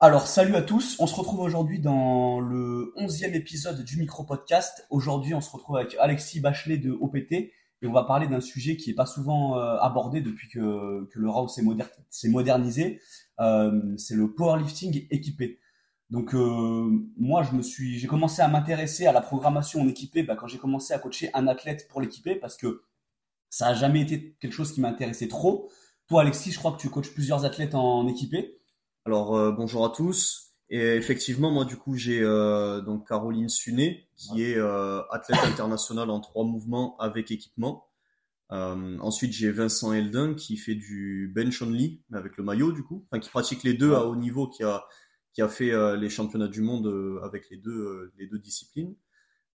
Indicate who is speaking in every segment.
Speaker 1: Alors, salut à tous. On se retrouve aujourd'hui dans le onzième épisode du micro-podcast. Aujourd'hui, on se retrouve avec Alexis Bachelet de OPT et on va parler d'un sujet qui n'est pas souvent euh, abordé depuis que, que le RAW s'est moder- s'est modernisé. Euh, c'est le powerlifting équipé. Donc, euh, moi, je me suis, j'ai commencé à m'intéresser à la programmation en équipé bah, quand j'ai commencé à coacher un athlète pour l'équiper parce que ça n'a jamais été quelque chose qui m'intéressait trop. Toi, Alexis, je crois que tu coaches plusieurs athlètes en équipé.
Speaker 2: Alors euh, bonjour à tous. Et effectivement, moi du coup j'ai euh, donc Caroline Suné qui est euh, athlète internationale en trois mouvements avec équipement. Euh, ensuite j'ai Vincent Eldin qui fait du bench only mais avec le maillot du coup, enfin qui pratique les deux à haut niveau, qui a qui a fait euh, les championnats du monde euh, avec les deux euh, les deux disciplines.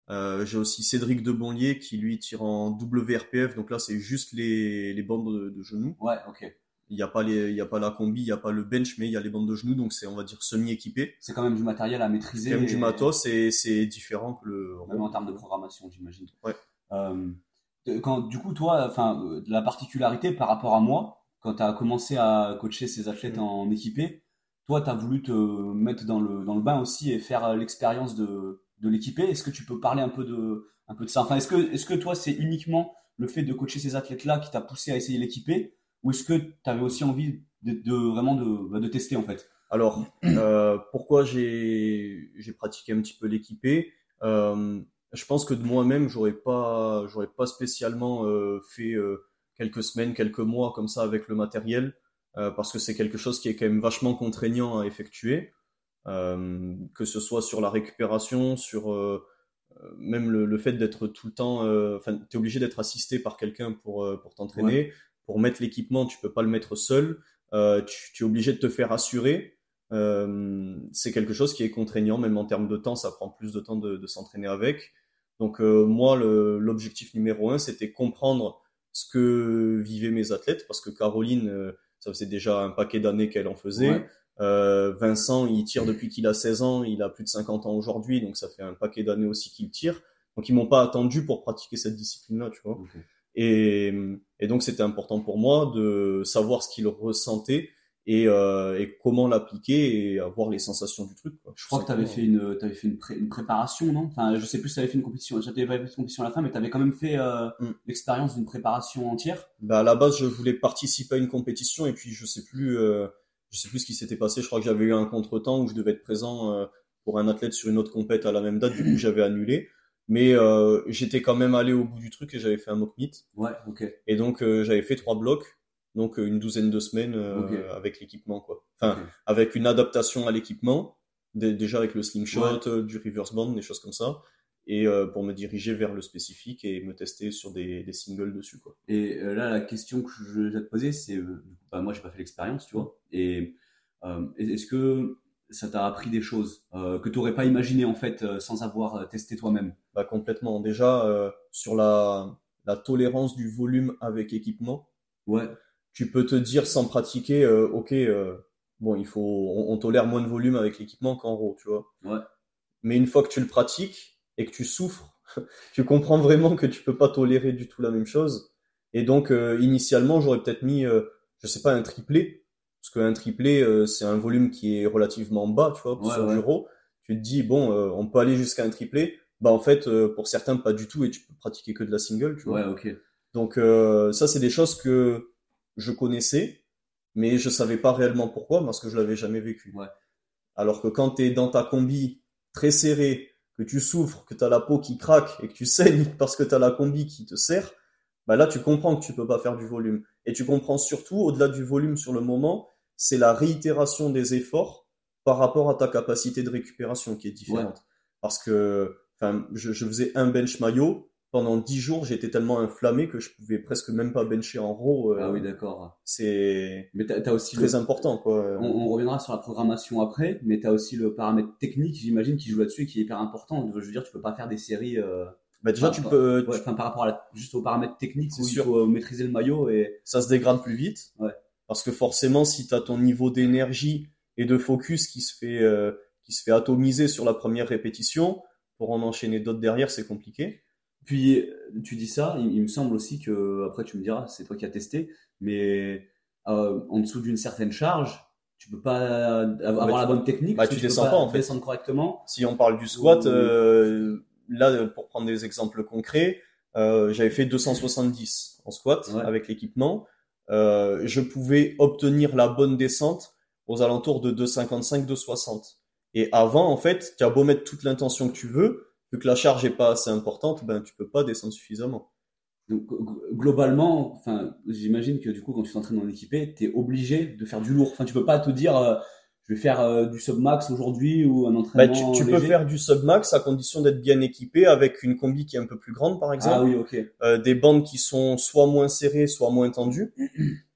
Speaker 2: Euh, j'ai aussi Cédric Debonlier qui lui tire en WRPF, donc là c'est juste les les bandes de- de genoux.
Speaker 1: Ouais, ok.
Speaker 2: Il n'y a pas les, il y a pas la combi, il n'y a pas le bench, mais il y a les bandes de genoux, donc c'est, on va dire, semi-équipé.
Speaker 1: C'est quand même du matériel à
Speaker 2: C'est
Speaker 1: maîtriser.
Speaker 2: quand même du
Speaker 1: et-
Speaker 2: matos et c'est différent que le.
Speaker 1: Même en termes de programmation, j'imagine.
Speaker 2: Ouais.
Speaker 1: Euh, de- quand, du coup, toi, enfin, euh, la particularité par rapport à moi, quand tu as commencé à coacher ces athlètes
Speaker 2: Mhm.
Speaker 1: en équipé, toi, tu as voulu te mettre dans le, dans le bain aussi et faire euh, l'expérience de, de l'équipé. Est-ce que tu peux parler un peu de, un peu de ça Enfin, est-ce que, est-ce que toi, c'est uniquement le fait de coacher ces athlètes-là qui t'a poussé à essayer l'équipé ou est-ce que tu avais aussi envie de, de vraiment de, bah, de tester en fait
Speaker 2: Alors, euh, pourquoi j'ai, j'ai pratiqué un petit peu l'équipé? Euh, je pense que de moi-même, j'aurais pas, j'aurais pas spécialement euh, fait euh, quelques semaines, quelques mois comme ça avec le matériel, euh, parce que c'est quelque chose qui est quand même vachement contraignant à effectuer, euh, que ce soit sur la récupération, sur euh, euh, même le, le fait d'être tout le temps, euh, enfin, t'es obligé d'être assisté par quelqu'un pour euh, pour t'entraîner, pour mettre l'équipement, tu peux pas le mettre seul, euh, tu, tu es obligé de te faire assurer. Euh, c'est quelque chose qui est contraignant, même en termes de temps, ça prend plus de temps de, de s'entraîner avec. Donc euh, moi, le- l'objectif numéro un, c'était comprendre ce que vivaient mes athlètes, parce que Caroline, euh, ça faisait déjà un paquet d'années qu'elle en faisait.
Speaker 1: Ouais.
Speaker 2: Euh, Vincent, il tire depuis qu'il a 16 ans, il a plus de 50 ans aujourd'hui, donc ça fait un paquet d'années aussi qu'il tire. Donc ils m'ont pas attendu pour pratiquer cette discipline-là, tu vois. Et, et donc, c'était important pour moi de savoir ce qu'il ressentait et, euh, et comment l'appliquer et avoir les sensations du truc. Quoi.
Speaker 1: Je crois que tu avais fait une, euh, t'avais fait une, pré- une préparation, non Enfin, je sais plus si tu avais fait une compétition, j'avais pas fait une compétition à la fin, mais tu avais quand même fait euh,
Speaker 2: Mm.
Speaker 1: l'expérience d'une préparation entière.
Speaker 2: Bah, à la base, je voulais participer à une compétition et puis je sais plus, euh, je sais plus ce qui s'était passé. Je crois que j'avais eu un contretemps où je devais être présent euh, pour un athlète sur une autre compète à la même date. Du coup, j'avais annulé. Mais euh, j'étais quand même allé au bout du truc et j'avais fait un mock meet.
Speaker 1: Ouais, ok.
Speaker 2: Et donc, euh, j'avais fait trois blocs, donc euh, une douzaine de semaines euh,
Speaker 1: Ok.
Speaker 2: avec l'équipement, quoi. Enfin,
Speaker 1: Ok.
Speaker 2: avec une adaptation à l'équipement, dé- déjà avec le slingshot,
Speaker 1: Ouais.
Speaker 2: euh, du reverse band, des choses comme ça, et euh, pour me diriger vers le spécifique et me tester sur des, des singles dessus, quoi.
Speaker 1: Et euh, là, la question que je vais te poser, c'est, euh, bah, moi, j'ai pas fait l'expérience, tu vois. Et euh, est-ce que ça t'a appris des choses euh, que tu n'aurais pas imaginé en fait euh, sans avoir euh, testé toi-même
Speaker 2: Bah, complètement. Déjà, euh, sur la, la tolérance du volume avec équipement,
Speaker 1: Ouais,
Speaker 2: tu peux te dire sans pratiquer, euh, ok, euh, bon, il faut, on, on tolère moins de volume avec l'équipement qu'en row, tu vois.
Speaker 1: Ouais.
Speaker 2: Mais une fois que tu le pratiques et que tu souffres, tu comprends vraiment que tu peux pas tolérer du tout la même chose. Et donc, euh, initialement, j'aurais peut-être mis, euh, je sais pas, un triplé, parce qu'un triplé, euh, c'est un volume qui est relativement bas, tu vois,
Speaker 1: Ouais,
Speaker 2: sur
Speaker 1: ouais.
Speaker 2: du row. Tu te dis, bon, euh, on peut aller jusqu'à un triplé. Bah, en fait, euh, pour certains, pas du tout, et tu peux pratiquer que de la single, tu vois.
Speaker 1: ouais, ok.
Speaker 2: Donc euh, ça, c'est des choses que je connaissais, mais je savais pas réellement pourquoi, parce que je l'avais jamais vécu.
Speaker 1: Ouais.
Speaker 2: Alors que quand tu es dans ta combi très serrée, que tu souffres, que tu as la peau qui craque et que tu saignes parce que tu as la combi qui te serre, bah là, tu comprends que tu peux pas faire du volume. Et tu comprends surtout, au-delà du volume sur le moment, c'est la réitération des efforts par rapport à ta capacité de récupération qui est différente. Parce que enfin, je, je faisais un bench maillot. Pendant 10 jours, j'étais tellement inflammé que je pouvais presque même pas bencher en row. euh,
Speaker 1: Ah oui, d'accord.
Speaker 2: c'est
Speaker 1: Mais t'as as aussi
Speaker 2: très important. Quoi.
Speaker 1: On, on reviendra sur la programmation après, mais tu as aussi le paramètre technique, j'imagine, qui joue là-dessus et qui est hyper important. Je veux dire, tu peux pas faire des séries euh,
Speaker 2: Bah, déjà,
Speaker 1: Ah,
Speaker 2: tu
Speaker 1: bah,
Speaker 2: peux, tu
Speaker 1: ouais, enfin, par rapport à la- juste au paramètre technique
Speaker 2: C'est
Speaker 1: où
Speaker 2: sûr.
Speaker 1: il faut euh, maîtriser le maillot. Et...
Speaker 2: ça se dégrade plus vite.
Speaker 1: Ouais.
Speaker 2: Parce que forcément, si tu as ton niveau d'énergie et de focus qui se fait, euh, qui se fait atomiser sur la première répétition, pour en enchaîner d'autres derrière, c'est compliqué.
Speaker 1: Puis euh, tu dis ça, il, il me semble aussi que, après tu me diras, c'est toi qui as testé, mais euh, en dessous d'une certaine charge, tu peux pas euh, avoir la bonne technique,
Speaker 2: Bah,
Speaker 1: parce que
Speaker 2: tu
Speaker 1: peux
Speaker 2: descends
Speaker 1: pas
Speaker 2: pas, en fait.
Speaker 1: descendre correctement.
Speaker 2: Si on parle du squat,
Speaker 1: Ou-
Speaker 2: euh, là, pour prendre des exemples concrets, euh, j'avais fait 270 en squat
Speaker 1: Ouais.
Speaker 2: avec l'équipement. Euh, je pouvais obtenir la bonne descente aux alentours de 2,55-2,60. Et avant, en fait, tu as beau mettre toute l'intention que tu veux, vu que la charge est pas assez importante, ben tu peux pas descendre suffisamment.
Speaker 1: Donc, gl- globalement, enfin, j'imagine que du coup, quand tu t'entraînes en équipé, tu es obligé de faire du lourd. Enfin, tu peux pas te dire, euh, je vais faire euh, du submax aujourd'hui ou un
Speaker 2: Ben,
Speaker 1: entraînement.
Speaker 2: tu, tu peux
Speaker 1: léger.
Speaker 2: faire du submax à condition d'être bien équipé avec une combi qui est un peu plus grande, par exemple.
Speaker 1: Ah oui, ok.
Speaker 2: euh, des bandes qui sont soit moins serrées, soit moins tendues,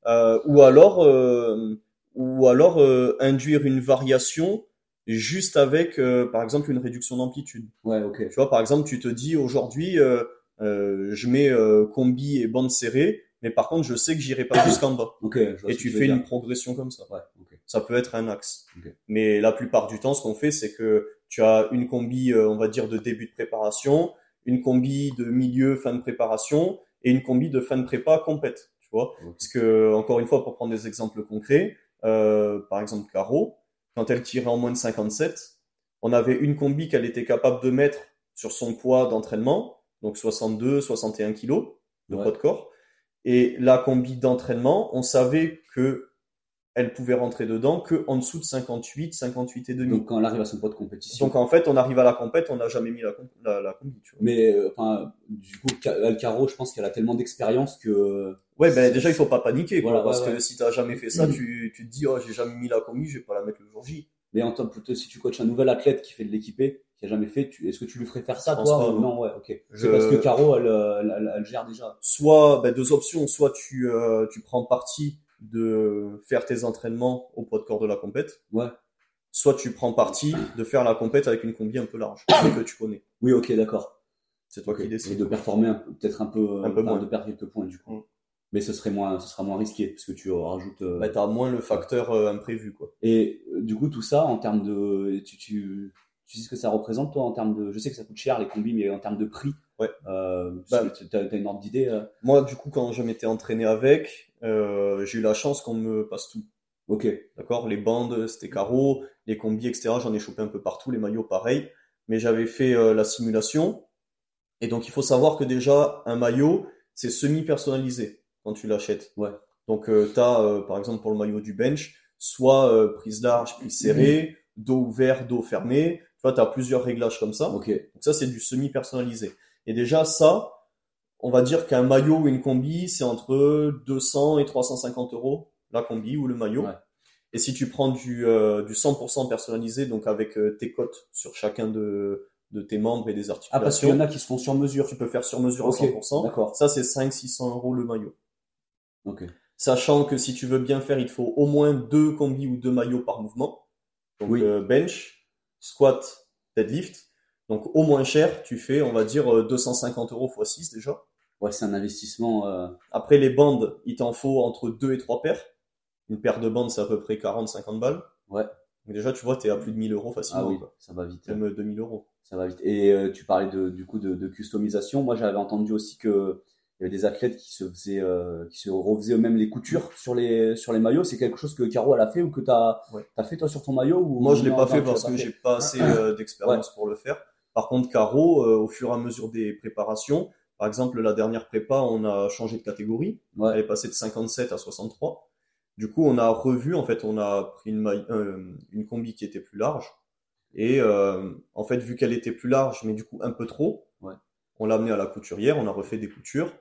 Speaker 2: euh, ou alors, euh, ou alors euh, induire une variation juste avec, euh, par exemple, une réduction d'amplitude.
Speaker 1: Ouais, ok.
Speaker 2: Tu vois, par exemple, tu te dis aujourd'hui, euh, euh, je mets euh, combi et bande serrée, mais par contre, je sais que j'irai pas jusqu'en bas.
Speaker 1: Ok. je vois
Speaker 2: Et
Speaker 1: ce que
Speaker 2: tu
Speaker 1: veux
Speaker 2: fais
Speaker 1: dire.
Speaker 2: une progression comme ça.
Speaker 1: Ouais, ok.
Speaker 2: Ça peut être un axe.
Speaker 1: Ok.
Speaker 2: Mais la plupart du temps, ce qu'on fait, c'est que tu as une combi, euh, on va dire, de début de préparation, une combi de milieu, fin de préparation, et une combi de fin de prépa complète. Tu vois
Speaker 1: Ok.
Speaker 2: Parce que, encore une fois, pour prendre des exemples concrets, euh, par exemple, Caro, quand elle tirait en moins de 57, on avait une combi qu'elle était capable de mettre sur son poids d'entraînement, donc 62, 61 kilos de
Speaker 1: Ouais.
Speaker 2: poids de corps. Et la combi d'entraînement, on savait que elle pouvait rentrer dedans que en dessous de 58, 58 et demi.
Speaker 1: Donc,
Speaker 2: Donc,
Speaker 1: quand elle arrive à son poids de compétition.
Speaker 2: en fait, on arrive à la compète, on n'a jamais mis la, com- la, la combi. Tu vois.
Speaker 1: Mais euh, enfin, du coup, Ca- Alcaro, je pense qu'elle a tellement d'expérience que. euh,
Speaker 2: Ouais, ben déjà, il faut pas paniquer, quoi,
Speaker 1: Voilà,
Speaker 2: parce
Speaker 1: ouais,
Speaker 2: que
Speaker 1: ouais. Mm.
Speaker 2: si t'as jamais fait ça, tu, tu te dis, oh, j'ai jamais mis la combi, je vais pas la mettre le jour J.
Speaker 1: Mais en tant plutôt, si tu coaches un nouvel athlète qui fait de l'équipé, qui a jamais fait, tu... est-ce que tu lui ferais faire ça
Speaker 2: Je pense
Speaker 1: toi
Speaker 2: pas,
Speaker 1: ou-
Speaker 2: non.
Speaker 1: Non, ouais, ok.
Speaker 2: Je-
Speaker 1: C'est parce que Caro, elle, euh, elle, elle- elle gère déjà.
Speaker 2: Soit, ben, deux options, soit tu, euh, tu prends parti de faire tes entraînements au poids de corps de la compète.
Speaker 1: Ouais.
Speaker 2: Soit tu prends parti de faire la compète avec une combi un peu large, celle que tu connais.
Speaker 1: Oui, ok, d'accord.
Speaker 2: C'est toi
Speaker 1: Ok.
Speaker 2: qui
Speaker 1: Et
Speaker 2: décides.
Speaker 1: de performer un- peut-être un peu, euh,
Speaker 2: Un peu
Speaker 1: enfin,
Speaker 2: moins.
Speaker 1: de perdre quelques points du coup.
Speaker 2: Mm.
Speaker 1: Mais ce serait moins, ce sera moins risqué parce que tu rajoutes. euh,
Speaker 2: Bah, t'as moins le facteur euh, imprévu, quoi.
Speaker 1: Et euh, du coup, tout ça en termes de, tu, tu, tu sais ce que ça représente toi en termes de, je sais que ça coûte cher les combis, mais en termes de prix,
Speaker 2: Ouais.
Speaker 1: euh,
Speaker 2: Bah.
Speaker 1: tu as, une ordre d'idée. euh,
Speaker 2: Moi, du coup, quand je m'étais entraîné avec, euh, j'ai eu la chance qu'on me passe tout.
Speaker 1: Ok.
Speaker 2: D'accord Les bandes, c'était carreau, les combis, etc. J'en ai chopé un peu partout, les maillots, pareil. Mais j'avais fait euh, la simulation. Et donc, il faut savoir que déjà, un maillot, c'est semi-personnalisé quand tu l'achètes.
Speaker 1: Ouais.
Speaker 2: Donc, tu as, par exemple, pour le maillot du bench, soit euh, prise large, prise serrée, dos ouvert, dos fermé. Tu vois, tu as plusieurs réglages comme ça.
Speaker 1: Ok.
Speaker 2: Donc ça, c'est du semi-personnalisé. Et déjà, ça, on va dire qu'un maillot ou une combi, c'est entre 200 et 350 euros, la combi ou le maillot.
Speaker 1: Ouais.
Speaker 2: Et si tu prends du, euh, du 100% personnalisé, donc avec euh, tes cotes sur chacun de, de tes membres et des
Speaker 1: Ah parce qu'il y
Speaker 2: articulations,
Speaker 1: en a qui se font sur mesure.
Speaker 2: tu peux faire sur mesure
Speaker 1: Ok,
Speaker 2: à 100%.
Speaker 1: D'accord.
Speaker 2: Ça, c'est 500-600 euros le maillot.
Speaker 1: Ok.
Speaker 2: Sachant que si tu veux bien faire, il te faut au moins deux combis ou deux maillots par mouvement. Donc
Speaker 1: Oui.
Speaker 2: euh, bench, squat, deadlift. Donc au moins cher, tu fais, on va dire, euh, 250 euros x 6 déjà.
Speaker 1: Ouais, c'est un investissement. euh,
Speaker 2: Après les bandes, il t'en faut entre deux et trois paires. Une paire de bandes, c'est à peu près 40-50 balles.
Speaker 1: Ouais.
Speaker 2: Donc déjà, tu vois, t'es à plus de 1000 euros facilement.
Speaker 1: Ah oui,
Speaker 2: quoi.
Speaker 1: ça va vite.
Speaker 2: Même euh, 2000 euros.
Speaker 1: Ça va vite. Et euh, tu parlais de, du coup de, de customisation. Moi, j'avais entendu aussi que il y avait des athlètes qui se faisaient, euh, qui se refaisaient eux-mêmes les coutures sur les sur les maillots. C'est quelque chose que Caro elle a fait ou que t'as
Speaker 2: Ouais.
Speaker 1: as fait toi sur ton maillot ou
Speaker 2: Moi, je l'ai
Speaker 1: non,
Speaker 2: pas
Speaker 1: non,
Speaker 2: fait
Speaker 1: tu l'as
Speaker 2: parce
Speaker 1: pas
Speaker 2: que
Speaker 1: fait.
Speaker 2: j'ai pas assez euh, d'expérience pour le faire. Par contre, Caro, euh, au fur et à mesure des préparations, par exemple, la dernière prépa, on a changé de catégorie.
Speaker 1: Ouais.
Speaker 2: Elle est passée de 57 à 63. Du coup, on a revu, en fait, on a pris une, maille- euh, une combi qui était plus large. Et euh, en fait, vu qu'elle était plus large, mais du coup un peu trop,
Speaker 1: Ouais.
Speaker 2: on l'a amenée à la couturière, on a refait des coutures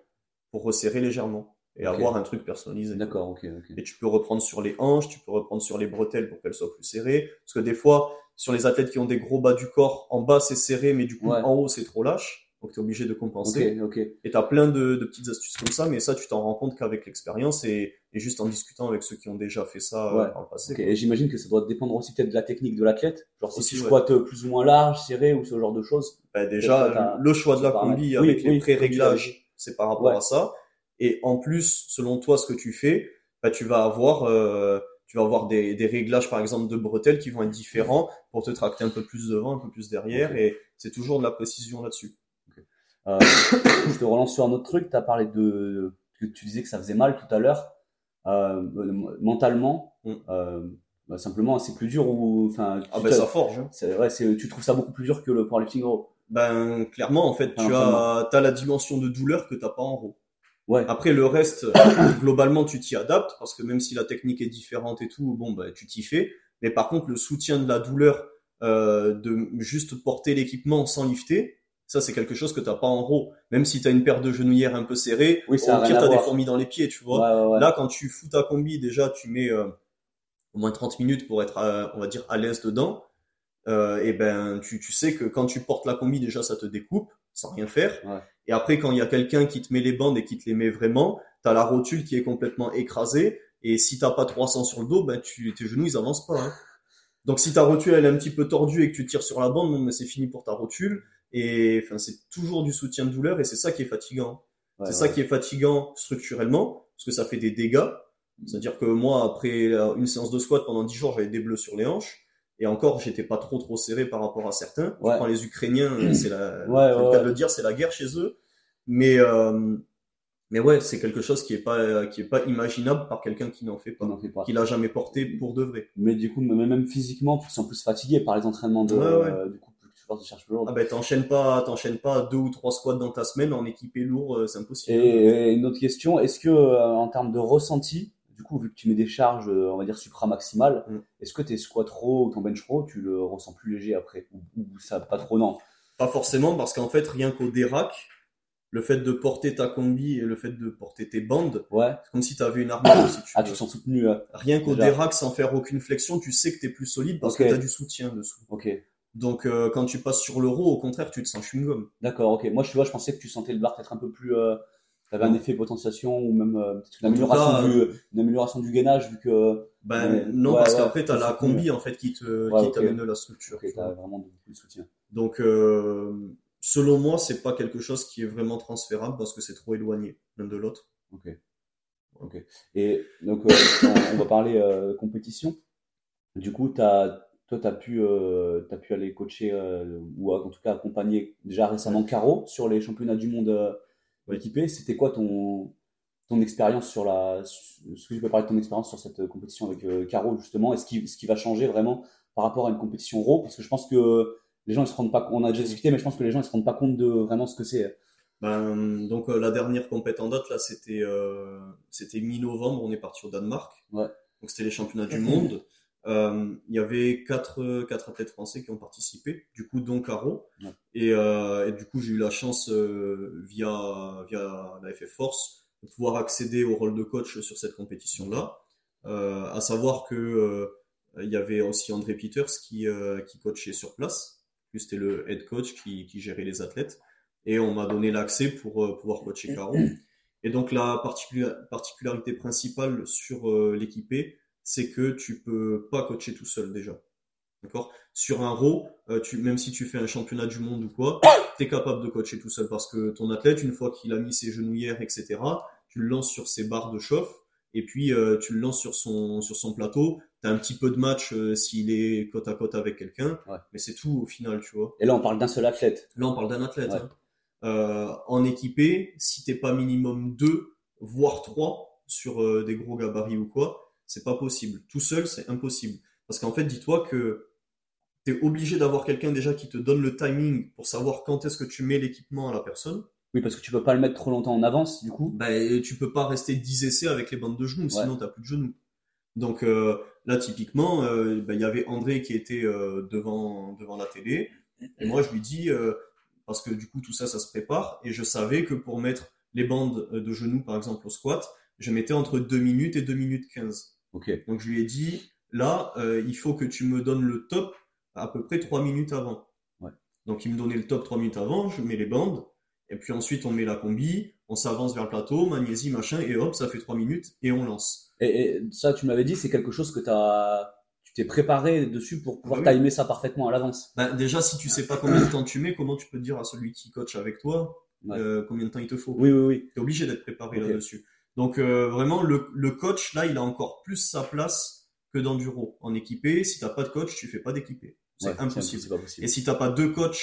Speaker 2: pour resserrer légèrement et
Speaker 1: Ok.
Speaker 2: avoir un truc personnalisé.
Speaker 1: D'accord, ok, ok.
Speaker 2: Et tu peux reprendre sur les hanches, tu peux reprendre sur les bretelles pour qu'elles soient plus serrées. Parce que des fois, sur les athlètes qui ont des gros bas du corps, en bas c'est serré, mais du coup
Speaker 1: Ouais.
Speaker 2: en haut c'est trop lâche. Donc tu es obligé de compenser.
Speaker 1: Ok, ok.
Speaker 2: Et tu as plein de, de petites astuces comme ça, mais ça tu t'en rends compte qu'avec l'expérience et, et juste en discutant avec ceux qui ont déjà fait ça euh,
Speaker 1: Ouais.
Speaker 2: par le passé.
Speaker 1: Ok. Et j'imagine que ça doit dépendre aussi peut-être de la technique de l'athlète. Genre si
Speaker 2: Aussi,
Speaker 1: tu
Speaker 2: ouais.
Speaker 1: squattes euh, plus ou moins large, serré ou ce genre de choses.
Speaker 2: Ben,
Speaker 1: Peut-être que
Speaker 2: déjà,
Speaker 1: t'as-
Speaker 2: le choix de la
Speaker 1: c'est pareil.
Speaker 2: combi
Speaker 1: Oui,
Speaker 2: avec
Speaker 1: oui,
Speaker 2: les
Speaker 1: comme tu
Speaker 2: pré-réglages, c'est par rapport
Speaker 1: Ouais.
Speaker 2: à ça. Et en plus, selon toi, ce que tu fais, ben, tu vas avoir, euh, tu vas avoir des, des réglages, par exemple, de bretelles qui vont être différents pour te tracter un peu plus devant, un peu plus derrière.
Speaker 1: Ok.
Speaker 2: Et c'est toujours de la précision là-dessus.
Speaker 1: Euh, je te relance sur un autre truc. Tu as parlé de que tu disais que ça faisait mal tout à l'heure. Euh, euh, mentalement,
Speaker 2: Mm.
Speaker 1: euh, Bah, simplement, c'est plus dur ou enfin.
Speaker 2: Ah
Speaker 1: tu
Speaker 2: ben
Speaker 1: te-
Speaker 2: ça forge. hein.
Speaker 1: c'est ouais, c'est- tu trouves ça beaucoup plus dur que le powerlifting raw.
Speaker 2: Ben clairement en fait
Speaker 1: Ah,
Speaker 2: tu as, t'as la dimension de douleur que t'as pas en raw.
Speaker 1: Ouais.
Speaker 2: Après le reste globalement tu t'y adaptes parce que même si la technique est différente et tout bon ben tu t'y fais. Mais par contre le soutien de la douleur euh, de juste porter l'équipement sans lifter ça c'est quelque chose que t'as pas en raw. Même si t'as une paire de genouillères un peu serrée
Speaker 1: Oui, ça a
Speaker 2: au
Speaker 1: rien
Speaker 2: pire
Speaker 1: à
Speaker 2: t'as des
Speaker 1: voir.
Speaker 2: fourmis dans les pieds tu vois.
Speaker 1: Ouais, ouais, ouais.
Speaker 2: Là, quand tu fous ta combi, déjà, tu mets euh, au moins 30 minutes pour être, euh, on va dire, à l'aise dedans. Euh, et ben, tu, tu sais que quand tu portes la combi, déjà, ça te découpe sans rien faire.
Speaker 1: Ouais.
Speaker 2: Et après, quand il y a quelqu'un qui te met les bandes et qui te les met vraiment, t'as la rotule qui est complètement écrasée. Et si t'as pas 300 sur le dos, ben, tu, tes genoux, ils avancent pas. hein. Donc, si ta rotule, elle est un petit peu tordue et que tu tires sur la bande, bon, ben, c'est fini pour ta rotule. Et enfin, c'est toujours du soutien de douleur et c'est ça qui est fatigant
Speaker 1: Ouais,
Speaker 2: c'est
Speaker 1: ouais.
Speaker 2: ça qui est fatigant structurellement, parce que ça fait des dégâts. C'est-à-dire que moi, après euh, une séance de squat pendant 10 jours, j'avais des bleus sur les hanches. Et encore, j'étais pas trop trop serré par rapport à certains.
Speaker 1: Ouais.
Speaker 2: Je prends les Ukrainiens, euh, c'est la,
Speaker 1: Ouais,
Speaker 2: c'est le
Speaker 1: ouais,
Speaker 2: cas de
Speaker 1: ouais.
Speaker 2: le dire, c'est la guerre chez eux. Mais euh, mais ouais, c'est quelque chose qui est pas euh, qui est pas imaginable par quelqu'un qui n'en fait pas,
Speaker 1: On en fait pas.
Speaker 2: qui l'a jamais porté pour de vrai.
Speaker 1: Mais du coup, même même physiquement, tu te sens plus fatigué par les entraînements de,
Speaker 2: Ouais, ouais.
Speaker 1: euh, du coup, plus tu forces de charge plus lourde.
Speaker 2: Ah ben t'enchaînes pas t'enchaînes pas deux ou trois squats dans ta semaine en équipé lourd, euh, c'est impossible.
Speaker 1: Et, et une autre question, est-ce que euh, en termes de ressenti, du coup, vu que tu mets des charges, euh, on va dire supramaximales,
Speaker 2: Mm.
Speaker 1: est-ce que tes squats raw ou ton bench raw, tu le ressens plus léger après ou, ou ça pas trop non
Speaker 2: Pas forcément, parce qu'en fait, rien qu'au dérac, le fait de porter ta combi et le fait de porter tes bandes,
Speaker 1: Ouais.
Speaker 2: c'est comme si tu avais une armure. si tu
Speaker 1: Ah,
Speaker 2: veux.
Speaker 1: tu te sens soutenu. euh,
Speaker 2: Rien qu'au
Speaker 1: Déjà.
Speaker 2: dérac, sans faire aucune flexion, tu sais que tu es plus solide parce
Speaker 1: Ok.
Speaker 2: que tu as du soutien dessous.
Speaker 1: Ok.
Speaker 2: Donc, euh, quand tu passes sur l'euro, au contraire, tu te sens chewing-gum.
Speaker 1: D'accord. Ok. Moi, je, tu vois, je pensais que tu sentais le bar peut-être un peu plus. Euh, T'avais un
Speaker 2: Non.
Speaker 1: effet potentiation ou même euh, peut-être une
Speaker 2: Mm. En tout
Speaker 1: amélioration,
Speaker 2: cas,
Speaker 1: du, une amélioration du gainage vu que.
Speaker 2: Ben,
Speaker 1: Ouais.
Speaker 2: non,
Speaker 1: Ouais,
Speaker 2: parce
Speaker 1: ouais,
Speaker 2: qu'après, tu as
Speaker 1: plus
Speaker 2: la
Speaker 1: soutenu.
Speaker 2: combi, en fait, qui te,
Speaker 1: Ouais,
Speaker 2: qui
Speaker 1: ok.
Speaker 2: t'amène de la structure.
Speaker 1: Ok,
Speaker 2: tu
Speaker 1: t'as
Speaker 2: vois.
Speaker 1: vraiment beaucoup de soutien.
Speaker 2: Donc, euh, selon moi, c'est pas quelque chose qui est vraiment transférable parce que c'est trop éloigné l'un de l'autre.
Speaker 1: Et donc, euh, on, on va parler euh, compétition. Du coup, t'as, toi, tu as pu, euh, t'as pu aller coacher euh, ou en tout cas accompagner déjà récemment Caro sur les championnats du monde euh,
Speaker 2: Ouais.
Speaker 1: équipés. C'était quoi ton, ton expérience sur la. Est-ce que tu peux parler de ton expérience sur cette euh, compétition avec euh, Caro justement et ce qui, ce qui va changer vraiment par rapport à une compétition raw Parce que je pense que les gens ils se rendent pas On a déjà discuté, mais je pense que les gens ils se rendent pas compte de vraiment ce que c'est.
Speaker 2: Ben, donc euh, la dernière compète en date là, c'était euh, c'était mi-novembre, on est parti au Danemark.
Speaker 1: Ouais.
Speaker 2: Donc c'était les championnats du monde. Euh, Il y avait quatre euh, quatre athlètes français qui ont participé. Du coup dont Caro.
Speaker 1: Ouais.
Speaker 2: Et, euh, et du coup j'ai eu la chance euh, via via la FF Force de pouvoir accéder au rôle de coach sur cette compétition là. Euh, à savoir que euh, il y avait aussi André Peters qui euh, qui coachait sur place. Lui, C'était le head coach qui qui gérait les athlètes et on m'a donné l'accès pour euh, pouvoir coacher Caro. Et donc la particula- particularité principale sur euh, l'équipé, c'est que tu peux pas coacher tout seul déjà. D'accord Sur un row, euh, tu, même si tu fais un championnat du monde ou quoi, tu es capable de coacher tout seul parce que ton athlète, une fois qu'il a mis ses genouillères, etc., tu le lances sur ses barres de chauffe et puis euh, tu le lances sur son, sur son plateau. Tu as un petit peu de match euh, s'il est côte à côte avec quelqu'un,
Speaker 1: Ouais.
Speaker 2: mais c'est tout au final, tu vois.
Speaker 1: Et là, on parle d'un seul athlète.
Speaker 2: Là, on parle d'un athlète.
Speaker 1: Ouais.
Speaker 2: hein. Euh, en équipé, si t'es pas minimum 2, voire 3 sur euh, des gros gabarits ou quoi, c'est pas possible. Tout seul, c'est impossible. Parce qu'en fait, dis-toi que t'es obligé d'avoir quelqu'un déjà qui te donne le timing pour savoir quand est-ce que tu mets l'équipement à la personne.
Speaker 1: Oui, parce que tu peux pas le mettre trop longtemps en avance, du coup.
Speaker 2: Ben, tu peux pas rester 10 essais avec les bandes de genoux, sinon t'as plus de genoux. Donc euh, là, typiquement, euh, ben, il y avait André qui était euh, devant, devant la télé. Et moi, je lui dis, euh, parce que du coup, tout ça, ça se prépare. Et je savais que pour mettre les bandes euh, de genoux, par exemple, au squat, je mettais entre 2 minutes et 2 minutes 15.
Speaker 1: Ok.
Speaker 2: Donc je lui ai dit, là, euh, il faut que tu me donnes le top à peu près 3 minutes avant.
Speaker 1: Ouais.
Speaker 2: Donc il me donnait le top 3 minutes avant, je mets les bandes, et puis ensuite on met la combi, on s'avance vers le plateau, magnésie, machin, et hop, ça fait 3 minutes, et on lance.
Speaker 1: Et, et ça, tu m'avais dit, c'est quelque chose que t'as- tu t'es préparé dessus pour pouvoir
Speaker 2: Ah bah oui.
Speaker 1: timer ça parfaitement à l'avance.
Speaker 2: Ben, déjà, si tu sais pas combien de temps tu mets, comment tu peux dire à celui qui coach avec toi
Speaker 1: Ouais.
Speaker 2: euh, combien de temps il te faut
Speaker 1: Oui, oui, oui.
Speaker 2: T'es obligé d'être préparé
Speaker 1: Ok.
Speaker 2: là-dessus. Donc euh, vraiment, le, le coach, là, il a encore plus sa place que d'enduro. En équipé, si t'as pas de coach, tu fais pas d'équipé. C'est
Speaker 1: Ouais,
Speaker 2: impossible.
Speaker 1: C'est pas possible.
Speaker 2: Et si t'as pas deux coachs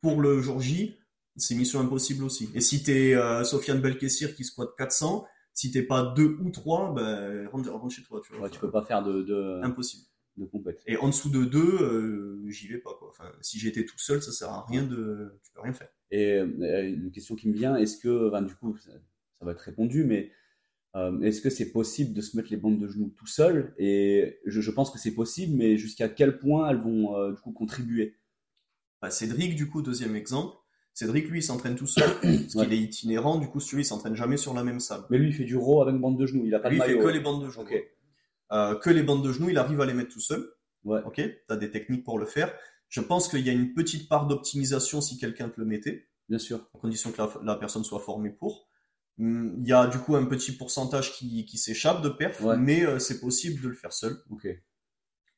Speaker 2: pour le jour J, c'est mission impossible aussi. Et si t'es euh, Sofiane Belkessir qui squatte 400, si t'es pas deux ou trois, ben rentre, rentre chez toi, tu vois.
Speaker 1: Ouais, tu peux pas faire de. de-
Speaker 2: Impossible.
Speaker 1: de compète.
Speaker 2: Et en dessous de 2, euh, j'y vais pas. Quoi. Enfin, si j'étais tout seul, ça sert à rien de. Tu peux rien faire.
Speaker 1: Et euh, une question qui me vient, est-ce que, enfin, du coup, ça, ça va être répondu, mais euh, est-ce que c'est possible de se mettre les bandes de genoux tout seul Et je, je pense que c'est possible, mais jusqu'à quel point elles vont euh, du coup contribuer
Speaker 2: Bah, Cédric, du coup, deuxième exemple. Cédric, lui, il s'entraîne tout seul, parce qu'il
Speaker 1: Ouais.
Speaker 2: est itinérant, du coup, celui-là, il s'entraîne jamais sur la même salle.
Speaker 1: Mais lui, il fait du row avec bande de genoux, il a pas
Speaker 2: Lui, il
Speaker 1: de
Speaker 2: fait
Speaker 1: maillot. hein.
Speaker 2: que les bandes de genoux.
Speaker 1: Ok.
Speaker 2: Euh, que les bandes de genoux, il arrive à les mettre tout seul.
Speaker 1: Ouais.
Speaker 2: Ok, tu as des techniques pour le faire. Je pense qu'il y a une petite part d'optimisation si quelqu'un te le mettait,
Speaker 1: Bien sûr.
Speaker 2: à condition que la, la personne soit formée pour. Hum, Il y a du coup un petit pourcentage qui, qui s'échappe de perf,
Speaker 1: Ouais.
Speaker 2: mais euh, c'est possible de le faire seul.
Speaker 1: Ok.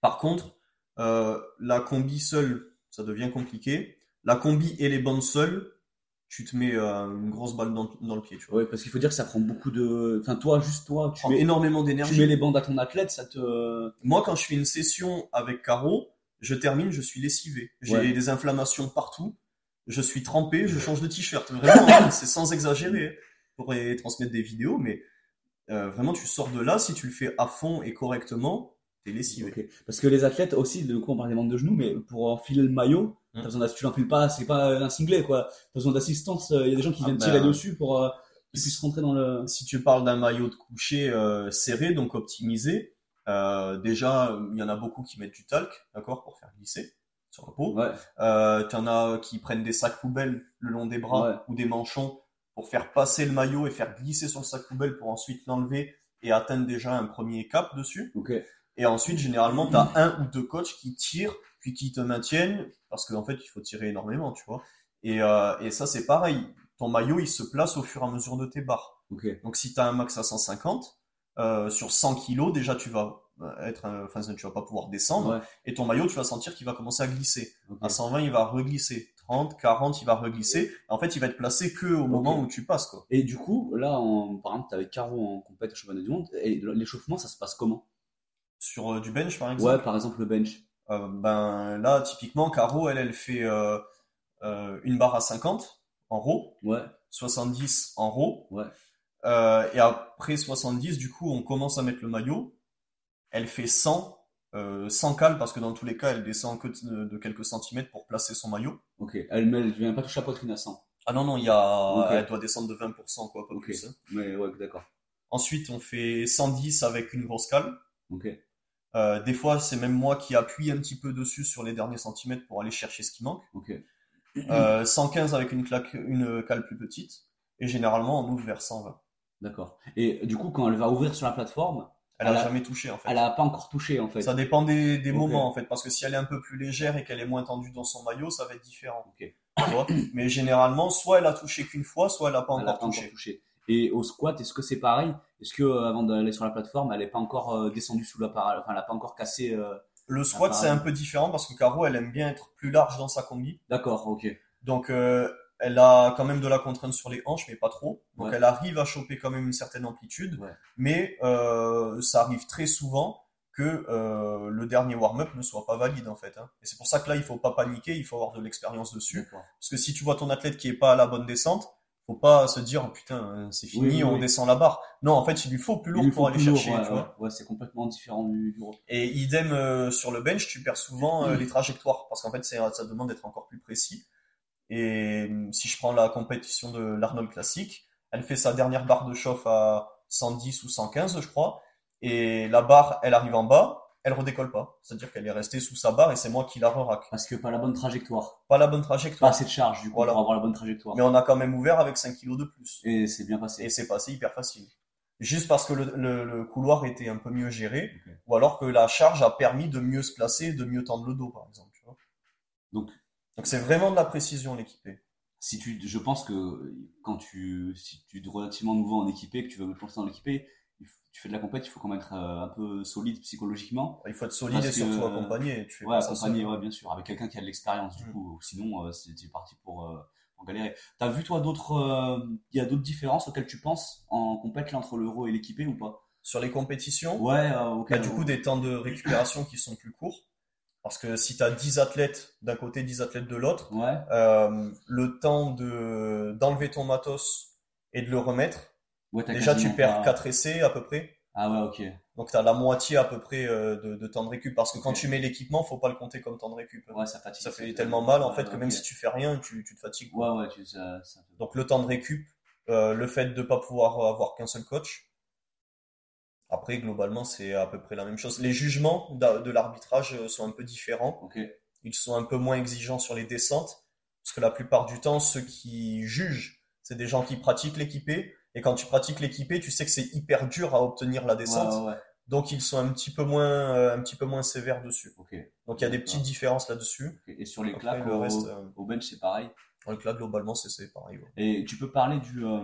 Speaker 2: Par contre, euh, la combi seule, ça devient compliqué. La combi et les bandes seules, tu te mets euh, une grosse balle dans, dans le pied. Tu vois.
Speaker 1: Ouais, parce qu'il faut dire que ça prend beaucoup de. Enfin, toi, juste toi, tu
Speaker 2: prend
Speaker 1: mets,
Speaker 2: énormément d'énergie.
Speaker 1: tu mets les bandes à ton athlète, ça te.
Speaker 2: Moi, quand je fais une session avec Caro, je termine, je suis lessivé. J'ai
Speaker 1: Ouais.
Speaker 2: des inflammations partout. Je suis trempé, je change de t-shirt. Vraiment, hein, c'est sans exagérer. Je pourrais transmettre des vidéos, mais euh, vraiment, tu sors de là, si tu le fais à fond et correctement, t'es lessivé.
Speaker 1: Ok. Parce que les athlètes aussi, du coup, on parle des bandes de genoux, mais pour enfiler le maillot,
Speaker 2: Mm.
Speaker 1: t'as besoin d'ass- tu l'enfiles pas, c'est pas un singlet, quoi. T'as besoin d'assistance, euh, il y a des gens qui
Speaker 2: Ah
Speaker 1: viennent
Speaker 2: ben.
Speaker 1: tirer dessus pour euh, qu'ils puissent rentrer dans le.
Speaker 2: Si tu parles d'un maillot de coucher euh, serré, donc optimisé, euh, déjà, il y en a beaucoup qui mettent du talc, d'accord, pour faire glisser sur la peau.
Speaker 1: Ouais.
Speaker 2: Euh, T'en as qui prennent des sacs poubelles le long des bras
Speaker 1: Ouais.
Speaker 2: ou des manchons pour faire passer le maillot et faire glisser sur le sac poubelle pour ensuite l'enlever et atteindre déjà un premier cap dessus.
Speaker 1: Ok.
Speaker 2: Et ensuite, généralement, t'as un ou deux coachs qui tirent puis qui te maintiennent parce qu'en fait, il faut tirer énormément, tu vois. Et, euh, et ça, c'est pareil. Ton maillot, il se place au fur et à mesure de tes barres.
Speaker 1: Ok.
Speaker 2: Donc, si t'as un max à 150, euh, sur 100 kilos, déjà, tu vas euh, être, un- enfin, tu vas pas pouvoir descendre
Speaker 1: Ouais.
Speaker 2: et ton maillot, tu vas sentir qu'il va commencer à glisser.
Speaker 1: Ok.
Speaker 2: À 120, il va reglisser. 30, 40, il va reglisser. En fait, il va être placé que au moment où tu passes, quoi.
Speaker 1: Et du coup, là, en, par exemple, t'es avec Caro en compète au championnat du monde, et l- l'échauffement, ça se passe comment
Speaker 2: Sur euh, du bench, par
Speaker 1: Ouais,
Speaker 2: exemple.
Speaker 1: par exemple, le bench.
Speaker 2: Euh, ben là, typiquement, Caro, elle, elle fait euh, euh, une barre à 50 en row,
Speaker 1: Ouais,
Speaker 2: 70 en row.
Speaker 1: Ouais.
Speaker 2: Euh, et après 70, du coup, on commence à mettre le maillot. Elle fait 100, euh, 100 cales parce que dans tous les cas, elle descend que de, de quelques centimètres pour placer son maillot.
Speaker 1: ok. Elle ne elle vient pas toucher la poitrine à 100.
Speaker 2: Ah non, non, il y a,
Speaker 1: Ok.
Speaker 2: elle doit descendre de 20%, quoi, pas
Speaker 1: Ok.
Speaker 2: plus. hein.
Speaker 1: Mais ouais, d'accord.
Speaker 2: Ensuite, on fait 110 avec une grosse cale.
Speaker 1: Ok.
Speaker 2: Euh, des fois, c'est même moi qui appuie un petit peu dessus sur les derniers centimètres pour aller chercher ce qui manque.
Speaker 1: Ok. Mm-hmm.
Speaker 2: Euh, 115 avec une, claque, une cale plus petite. Et généralement, on ouvre vers 120.
Speaker 1: D'accord. Et du coup, quand elle va ouvrir sur la plateforme,
Speaker 2: Elle
Speaker 1: Elle
Speaker 2: a
Speaker 1: a-
Speaker 2: jamais touché, en fait.
Speaker 1: elle a pas encore touché, en fait.
Speaker 2: Ça dépend des, des
Speaker 1: Ok.
Speaker 2: moments, en fait. Parce que si elle est un peu plus légère et qu'elle est moins tendue dans son maillot, ça va être différent.
Speaker 1: Ok.
Speaker 2: Tu vois Mais généralement, soit elle a touché qu'une fois, soit elle n'a pas
Speaker 1: Elle a
Speaker 2: encore
Speaker 1: pas
Speaker 2: touché.
Speaker 1: encore touché. Et au squat, est-ce que c'est pareil Est-ce que euh, avant d'aller sur la plateforme, elle n'est pas encore euh, descendue sous la parallèle Enfin, elle n'a pas encore cassé. euh,
Speaker 2: Le squat,
Speaker 1: pareil.
Speaker 2: c'est un peu différent parce que Caro, elle aime bien être plus large dans sa combi.
Speaker 1: D'accord, ok.
Speaker 2: Donc, euh, elle a quand même de la contrainte sur les hanches, mais pas trop. Donc,
Speaker 1: Ouais.
Speaker 2: elle arrive à choper quand même une certaine amplitude.
Speaker 1: Ouais.
Speaker 2: Mais euh, ça arrive très souvent que euh, le dernier warm-up ne soit pas valide, en fait. hein. Et c'est pour ça que là, il faut pas paniquer, il faut avoir de l'expérience dessus.
Speaker 1: D'accord.
Speaker 2: Parce que si tu vois ton athlète qui est pas à la bonne descente, faut pas se dire, oh, putain, euh, c'est fini,
Speaker 1: Oui, oui,
Speaker 2: on
Speaker 1: oui.
Speaker 2: descend la barre. Non, en fait, il lui faut plus lourd
Speaker 1: Il lui faut
Speaker 2: pour aller
Speaker 1: plus lourd,
Speaker 2: chercher,
Speaker 1: ouais,
Speaker 2: tu
Speaker 1: ouais.
Speaker 2: vois.
Speaker 1: Ouais, c'est complètement différent du, du row.
Speaker 2: Et idem euh, sur le bench, tu perds souvent euh,
Speaker 1: Mhm.
Speaker 2: les trajectoires parce qu'en fait, c'est- euh, ça demande d'être encore plus précis. Et hum, si je prends la compétition de l'Arnold Classic, elle fait sa dernière barre de chauffe à 110 ou 115, je crois. Et la barre, elle arrive en bas, elle redécolle pas. C'est-à-dire qu'elle est restée sous sa barre et c'est moi qui la re-rack.
Speaker 1: Parce que pas la bonne trajectoire.
Speaker 2: Pas la bonne
Speaker 1: Pas
Speaker 2: trajectoire.
Speaker 1: assez de charge, du coup,
Speaker 2: Voilà.
Speaker 1: pour avoir la bonne trajectoire.
Speaker 2: Mais on a quand même ouvert avec 5 kilos de plus.
Speaker 1: Et c'est bien passé.
Speaker 2: Et c'est passé hyper facile. Juste parce que le, le- le couloir était un peu mieux géré,
Speaker 1: Ok.
Speaker 2: ou alors que la charge a permis de mieux se placer, et de mieux tendre le dos, par exemple. tu vois.
Speaker 1: Donc-
Speaker 2: Donc c'est vraiment de la précision, l'équipé.
Speaker 1: si tu, je pense que quand tu, si tu es relativement nouveau en équipé, que tu veux me lancer dans l'équipé, il faut- tu fais de la compète, il faut quand même être euh, un peu solide psychologiquement.
Speaker 2: Il faut être solide
Speaker 1: Parce
Speaker 2: et surtout
Speaker 1: que-
Speaker 2: accompagné. Tu fais
Speaker 1: Ouais,
Speaker 2: pas ça
Speaker 1: accompagné,
Speaker 2: seul.
Speaker 1: ouais, bien sûr, avec quelqu'un qui a de l'expérience du
Speaker 2: Mm.
Speaker 1: coup. Sinon, euh, c'est t'es parti pour, euh, pour galérer. T'as vu toi d'autres, euh, il y a d'autres différences auxquelles tu penses en compète là, entre l'euro et l'équipé ou pas
Speaker 2: Sur les compétitions,
Speaker 1: Ouais, euh, ok.
Speaker 2: il y a bah, du coup des temps de récupération qui sont plus courts. Parce que si tu as 10 athlètes d'un côté, 10 athlètes de l'autre,
Speaker 1: Ouais,
Speaker 2: euh, le temps de d'enlever ton matos et de le remettre,
Speaker 1: ouais, t'as
Speaker 2: déjà tu
Speaker 1: quasiment
Speaker 2: perds
Speaker 1: pas-
Speaker 2: 4 essais à peu près.
Speaker 1: Ah ouais, ok.
Speaker 2: Donc, tu as la moitié à peu près euh, de, de temps de récup. Parce que quand tu mets l'équipement, faut pas le compter comme temps de récup.
Speaker 1: Ouais, ça fatigue.
Speaker 2: Ça fait
Speaker 1: c'est-
Speaker 2: tellement mal en
Speaker 1: Ouais,
Speaker 2: fait que
Speaker 1: ouais,
Speaker 2: même
Speaker 1: ok.
Speaker 2: si tu fais rien, tu, tu te fatigues.
Speaker 1: Ouais, ouais, tu, ça, ça-
Speaker 2: Donc le temps de récup, euh, le fait de ne pas pouvoir avoir qu'un seul coach. Après, globalement, c'est à peu près la même chose. Les jugements d'a- de l'arbitrage euh, sont un peu différents.
Speaker 1: Ok.
Speaker 2: Ils sont un peu moins exigeants sur les descentes, parce que la plupart du temps, ceux qui jugent, c'est des gens qui pratiquent l'équipé. Et quand tu pratiques l'équipé, tu sais que c'est hyper dur à obtenir la
Speaker 1: Ouais,
Speaker 2: descente.
Speaker 1: ouais, ouais.
Speaker 2: Donc ils sont un petit peu moins, euh, un petit peu moins sévères dessus.
Speaker 1: Ok.
Speaker 2: Donc il y a des petites
Speaker 1: D'accord.
Speaker 2: différences là-dessus.
Speaker 1: Ok. Et sur les
Speaker 2: Après,
Speaker 1: claques,
Speaker 2: le
Speaker 1: au,
Speaker 2: reste, euh,
Speaker 1: au bench, c'est pareil.
Speaker 2: donc là, globalement, c'est c'est pareil. ouais.
Speaker 1: Et tu peux parler du, euh,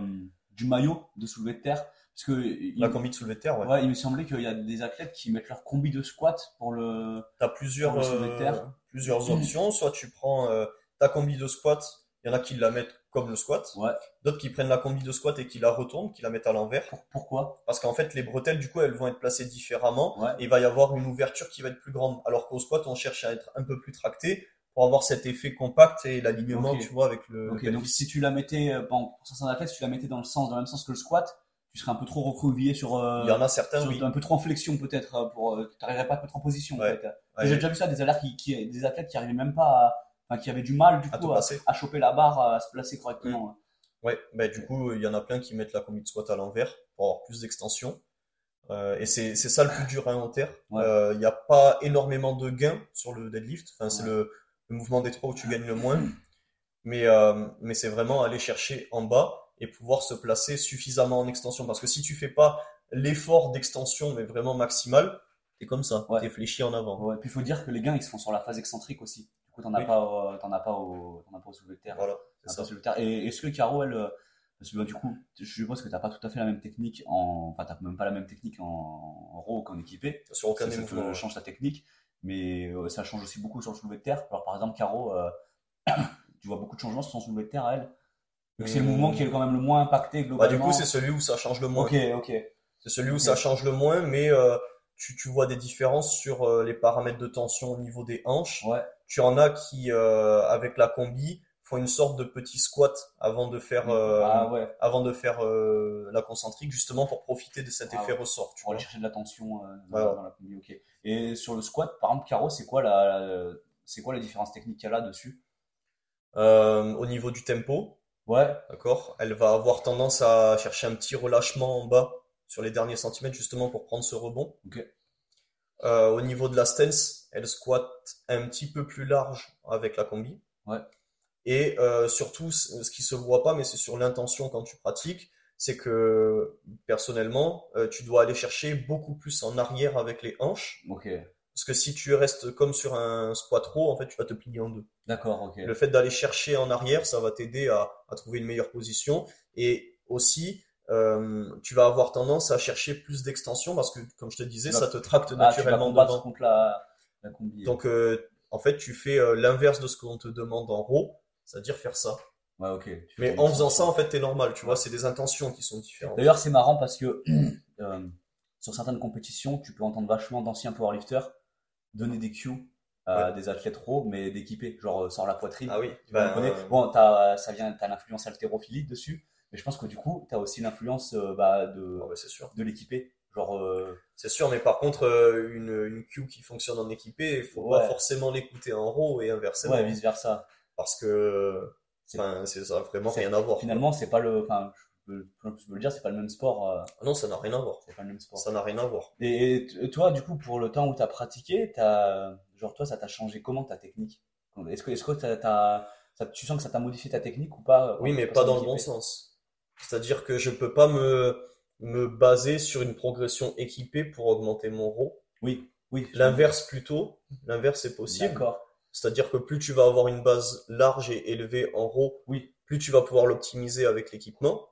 Speaker 1: du maillot de soulevé de terre Parce que euh, il,
Speaker 2: La combi de soulevé de terre, ouais.
Speaker 1: ouais, il me semblait qu'il y a des athlètes qui mettent leur combi de squat pour le.
Speaker 2: T'as plusieurs,
Speaker 1: Pour le soulevé de terre.
Speaker 2: euh, plusieurs options. Soit tu prends euh, ta combi de squat, il y en a qui la mettent comme le squat,
Speaker 1: Ouais.
Speaker 2: d'autres qui prennent la combi de squat et qui la retournent, qui la mettent à l'envers.
Speaker 1: Pour- pourquoi
Speaker 2: Parce qu'en fait, les bretelles, du coup, elles vont être placées différemment
Speaker 1: Ouais.
Speaker 2: et il va y avoir une ouverture qui va être plus grande. Alors qu'au squat, on cherche à être un peu plus tracté pour avoir cet effet compact et l'alignement,
Speaker 1: Ok.
Speaker 2: tu vois, avec le.
Speaker 1: euh, Ok,
Speaker 2: le
Speaker 1: donc
Speaker 2: pelvis.
Speaker 1: si tu la mettais, euh, bon, pour certains athlètes, si tu la mettais dans le sens, dans le même sens que le squat, tu serais un peu trop recroquevillé sur, euh,
Speaker 2: il y en a certains,
Speaker 1: sur-
Speaker 2: oui.
Speaker 1: un peu trop en flexion peut-être, euh, pour, euh, t'arriverais pas à te mettre en position. en
Speaker 2: Ouais.
Speaker 1: fait.
Speaker 2: Ouais,
Speaker 1: J'ai déjà vu ça, des athlètes qui, qui- des athlètes qui arrivaient même pas à, enfin, qui avaient du mal du
Speaker 2: à
Speaker 1: coup
Speaker 2: tout
Speaker 1: à,
Speaker 2: passer.
Speaker 1: à choper la barre, à se placer correctement. hein. ouais.
Speaker 2: Ouais, bah, du coup, il y en a plein qui mettent la combi de squat à l'envers pour avoir plus d'extension. Euh, et c'est c'est ça le plus dur hein, en terre.
Speaker 1: Ouais.
Speaker 2: Euh, Il n'y a pas énormément de gains sur le deadlift. Enfin, c'est
Speaker 1: Ouais.
Speaker 2: le, le mouvement des trois où tu gagnes le moins. Mais, euh, mais c'est vraiment aller chercher en bas et pouvoir se placer suffisamment en extension. Parce que si tu fais pas l'effort d'extension, mais vraiment maximal, t'es comme ça,
Speaker 1: Ouais.
Speaker 2: t'es fléchi en avant.
Speaker 1: Ouais, puis il faut dire que les gains, ils se font sur la phase excentrique aussi. Du coup, t'en as
Speaker 2: Oui.
Speaker 1: pas, au- t'en as pas au, t'en as pas au soulevé de terre.
Speaker 2: Voilà,
Speaker 1: T'en
Speaker 2: c'est
Speaker 1: as pas
Speaker 2: ça.
Speaker 1: au soulevé de terre. Et est-ce que Caro, elle, euh, parce que bah, du coup, je suppose que t'as pas tout à fait la même technique en, enfin, t'as même pas la même technique en, en row qu'en équipé.
Speaker 2: Sur aucun
Speaker 1: Ça,
Speaker 2: des
Speaker 1: ça te
Speaker 2: mouvements.
Speaker 1: change ta technique, mais euh, ça change aussi beaucoup sur le soulevé de terre. Alors, par exemple, Caro, euh, tu vois beaucoup de changements sur son soulevé de terre à elle. Donc, c'est le
Speaker 2: Hmm.
Speaker 1: mouvement qui est quand même le moins impacté
Speaker 2: Bah,
Speaker 1: globalement.
Speaker 2: du coup, c'est celui où ça change le moins.
Speaker 1: Ok, ok.
Speaker 2: C'est celui où
Speaker 1: Ok.
Speaker 2: ça change le moins, mais euh, tu, tu vois des différences sur euh, les paramètres de tension au niveau des hanches.
Speaker 1: Ouais.
Speaker 2: Tu en as qui, euh, avec la combi, font une sorte de petit squat avant de faire, euh,
Speaker 1: ah ouais,
Speaker 2: avant de faire euh, la concentrique, justement pour profiter de cet
Speaker 1: Ah
Speaker 2: effet
Speaker 1: ouais.
Speaker 2: ressort. Tu
Speaker 1: pour
Speaker 2: vois.
Speaker 1: aller chercher de la tension euh, dans,
Speaker 2: Ouais, ouais.
Speaker 1: dans la combi, ok. Et sur le squat, par exemple, Caro, c'est quoi la, la- c'est quoi la différence technique qu'elle a dessus
Speaker 2: Euh, au niveau du tempo,
Speaker 1: Ouais,
Speaker 2: d'accord, elle va avoir tendance à chercher un petit relâchement en bas sur les derniers centimètres, justement pour prendre ce rebond.
Speaker 1: Ok.
Speaker 2: Euh, au niveau de la stance, elle squatte un petit peu plus large avec la combi.
Speaker 1: Ouais.
Speaker 2: Et euh, surtout, ce ce qui se voit pas, mais c'est sur l'intention quand tu pratiques, c'est que personnellement, euh, tu dois aller chercher beaucoup plus en arrière avec les hanches.
Speaker 1: ok.
Speaker 2: Parce que si tu restes comme sur un squat row, en fait, tu vas te plier en deux.
Speaker 1: D'accord, ok.
Speaker 2: Le fait d'aller chercher en arrière, ça va t'aider à, à trouver une meilleure position. Et aussi, euh, tu vas avoir tendance à chercher plus d'extension parce que, comme je te disais,
Speaker 1: Tu vas-
Speaker 2: ça te tracte
Speaker 1: Ah, tu vas
Speaker 2: naturellement
Speaker 1: combattre
Speaker 2: devant.
Speaker 1: contre la, la combi.
Speaker 2: Donc, euh, en fait, tu fais euh, l'inverse de ce qu'on te demande en raw, c'est-à-dire faire ça.
Speaker 1: ouais, ok. Tu fais
Speaker 2: Mais
Speaker 1: une
Speaker 2: en faisant
Speaker 1: extension.
Speaker 2: ça, en fait, t'es normal, tu vois,
Speaker 1: Ouais.
Speaker 2: c'est des intentions qui sont différentes.
Speaker 1: D'ailleurs, c'est marrant parce que euh, sur certaines compétitions, tu peux entendre vachement d'anciens powerlifters donner des cues à des athlètes raw, mais d'équipés, genre euh, sans la poitrine.
Speaker 2: Ah oui,
Speaker 1: Tu vois,
Speaker 2: ben,
Speaker 1: on connaît. Bon, t'as, ça vient, t'as l'influence haltérophilique dessus, mais je pense que du coup, t'as aussi l'influence euh, bah, de,
Speaker 2: ah ouais, c'est sûr.
Speaker 1: de l'équipé. Genre, euh,
Speaker 2: C'est sûr, mais par contre, euh, une, une queue qui fonctionne en équipé, il faut pas
Speaker 1: Ouais.
Speaker 2: forcément l'écouter en raw et inversement.
Speaker 1: ouais, vice versa.
Speaker 2: Parce que,
Speaker 1: C'est-
Speaker 2: enfin, c'est- ça n'a vraiment
Speaker 1: c'est-
Speaker 2: rien à voir.
Speaker 1: Finalement, c'est pas le, enfin, je peux, je peux le dire, c'est pas le même sport. euh,
Speaker 2: quoi. Non, ça n'a rien à voir.
Speaker 1: c'est pas le même sport.
Speaker 2: Ça n'a rien à voir.
Speaker 1: Et, et t- euh, toi, du coup, pour le temps où tu as pratiqué, t'as, genre, toi, ça t'a changé comment ta technique? Est-ce que, est-ce que t'as- t'as- ça- tu sens que ça t'a modifié ta technique ou pas?
Speaker 2: Oui,
Speaker 1: en
Speaker 2: mais
Speaker 1: passant
Speaker 2: pas dans le bon
Speaker 1: d'équipé
Speaker 2: sens. C'est-à-dire que je peux pas me, me baser sur une progression équipée pour augmenter mon raw.
Speaker 1: Oui, oui.
Speaker 2: L'inverse plutôt, l'inverse est possible.
Speaker 1: D'accord.
Speaker 2: C'est-à-dire que plus tu vas avoir une base large et élevée en RAW,
Speaker 1: Oui.
Speaker 2: plus tu vas pouvoir l'optimiser avec l'équipement.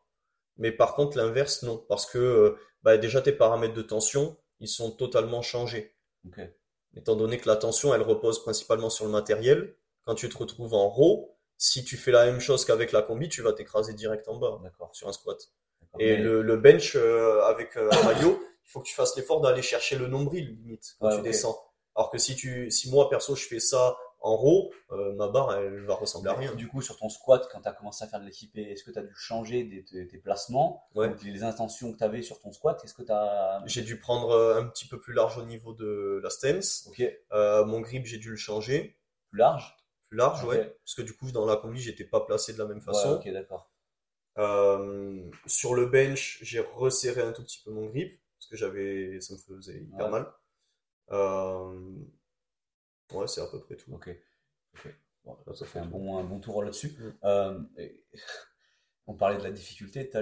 Speaker 2: Mais par contre, l'inverse, non. Parce que euh, bah, déjà, tes paramètres de tension, ils sont totalement changés.
Speaker 1: Ok.
Speaker 2: Étant donné que la tension, elle repose principalement sur le matériel, quand tu te retrouves en RAW, si tu fais la même chose qu'avec la combi, tu vas t'écraser direct en bas
Speaker 1: D'accord.
Speaker 2: sur un squat.
Speaker 1: d'accord.
Speaker 2: Et
Speaker 1: Mais-
Speaker 2: le, le bench euh, avec euh, un maillot, il faut que tu fasses l'effort d'aller chercher le nombril, limite, quand
Speaker 1: Ouais,
Speaker 2: tu
Speaker 1: ok.
Speaker 2: descends. Alors que si tu, si moi perso, je fais ça En row, euh, ma barre, elle va ressembler à rien.
Speaker 1: Du coup, sur ton squat, quand tu as commencé à faire de l'équipé, est-ce que tu as dû changer des- tes, tes placements,
Speaker 2: Ouais.
Speaker 1: ou les intentions que tu avais sur ton squat Est-ce que tu as.
Speaker 2: J'ai dû prendre euh, un petit peu plus large au niveau de la stance.
Speaker 1: Ok, plus
Speaker 2: Euh, mon grip, j'ai dû le changer.
Speaker 1: large
Speaker 2: Plus large,
Speaker 1: Ok.
Speaker 2: ouais. Parce que du coup, dans la combi, j'étais pas placé de la même façon.
Speaker 1: Ouais, ok, d'accord.
Speaker 2: Euh, sur le bench, j'ai resserré un tout petit peu mon grip parce que j'avais, ça me faisait hyper
Speaker 1: Ouais.
Speaker 2: mal. Euh, ouais, c'est à peu près tout.
Speaker 1: Ok. Ok. Bon,
Speaker 2: Ça
Speaker 1: ça
Speaker 2: fait
Speaker 1: fait un
Speaker 2: tout.
Speaker 1: bon, un bon tour là-dessus.
Speaker 2: Mm.
Speaker 1: Euh, et- on parlait de la difficulté tout à l'heure.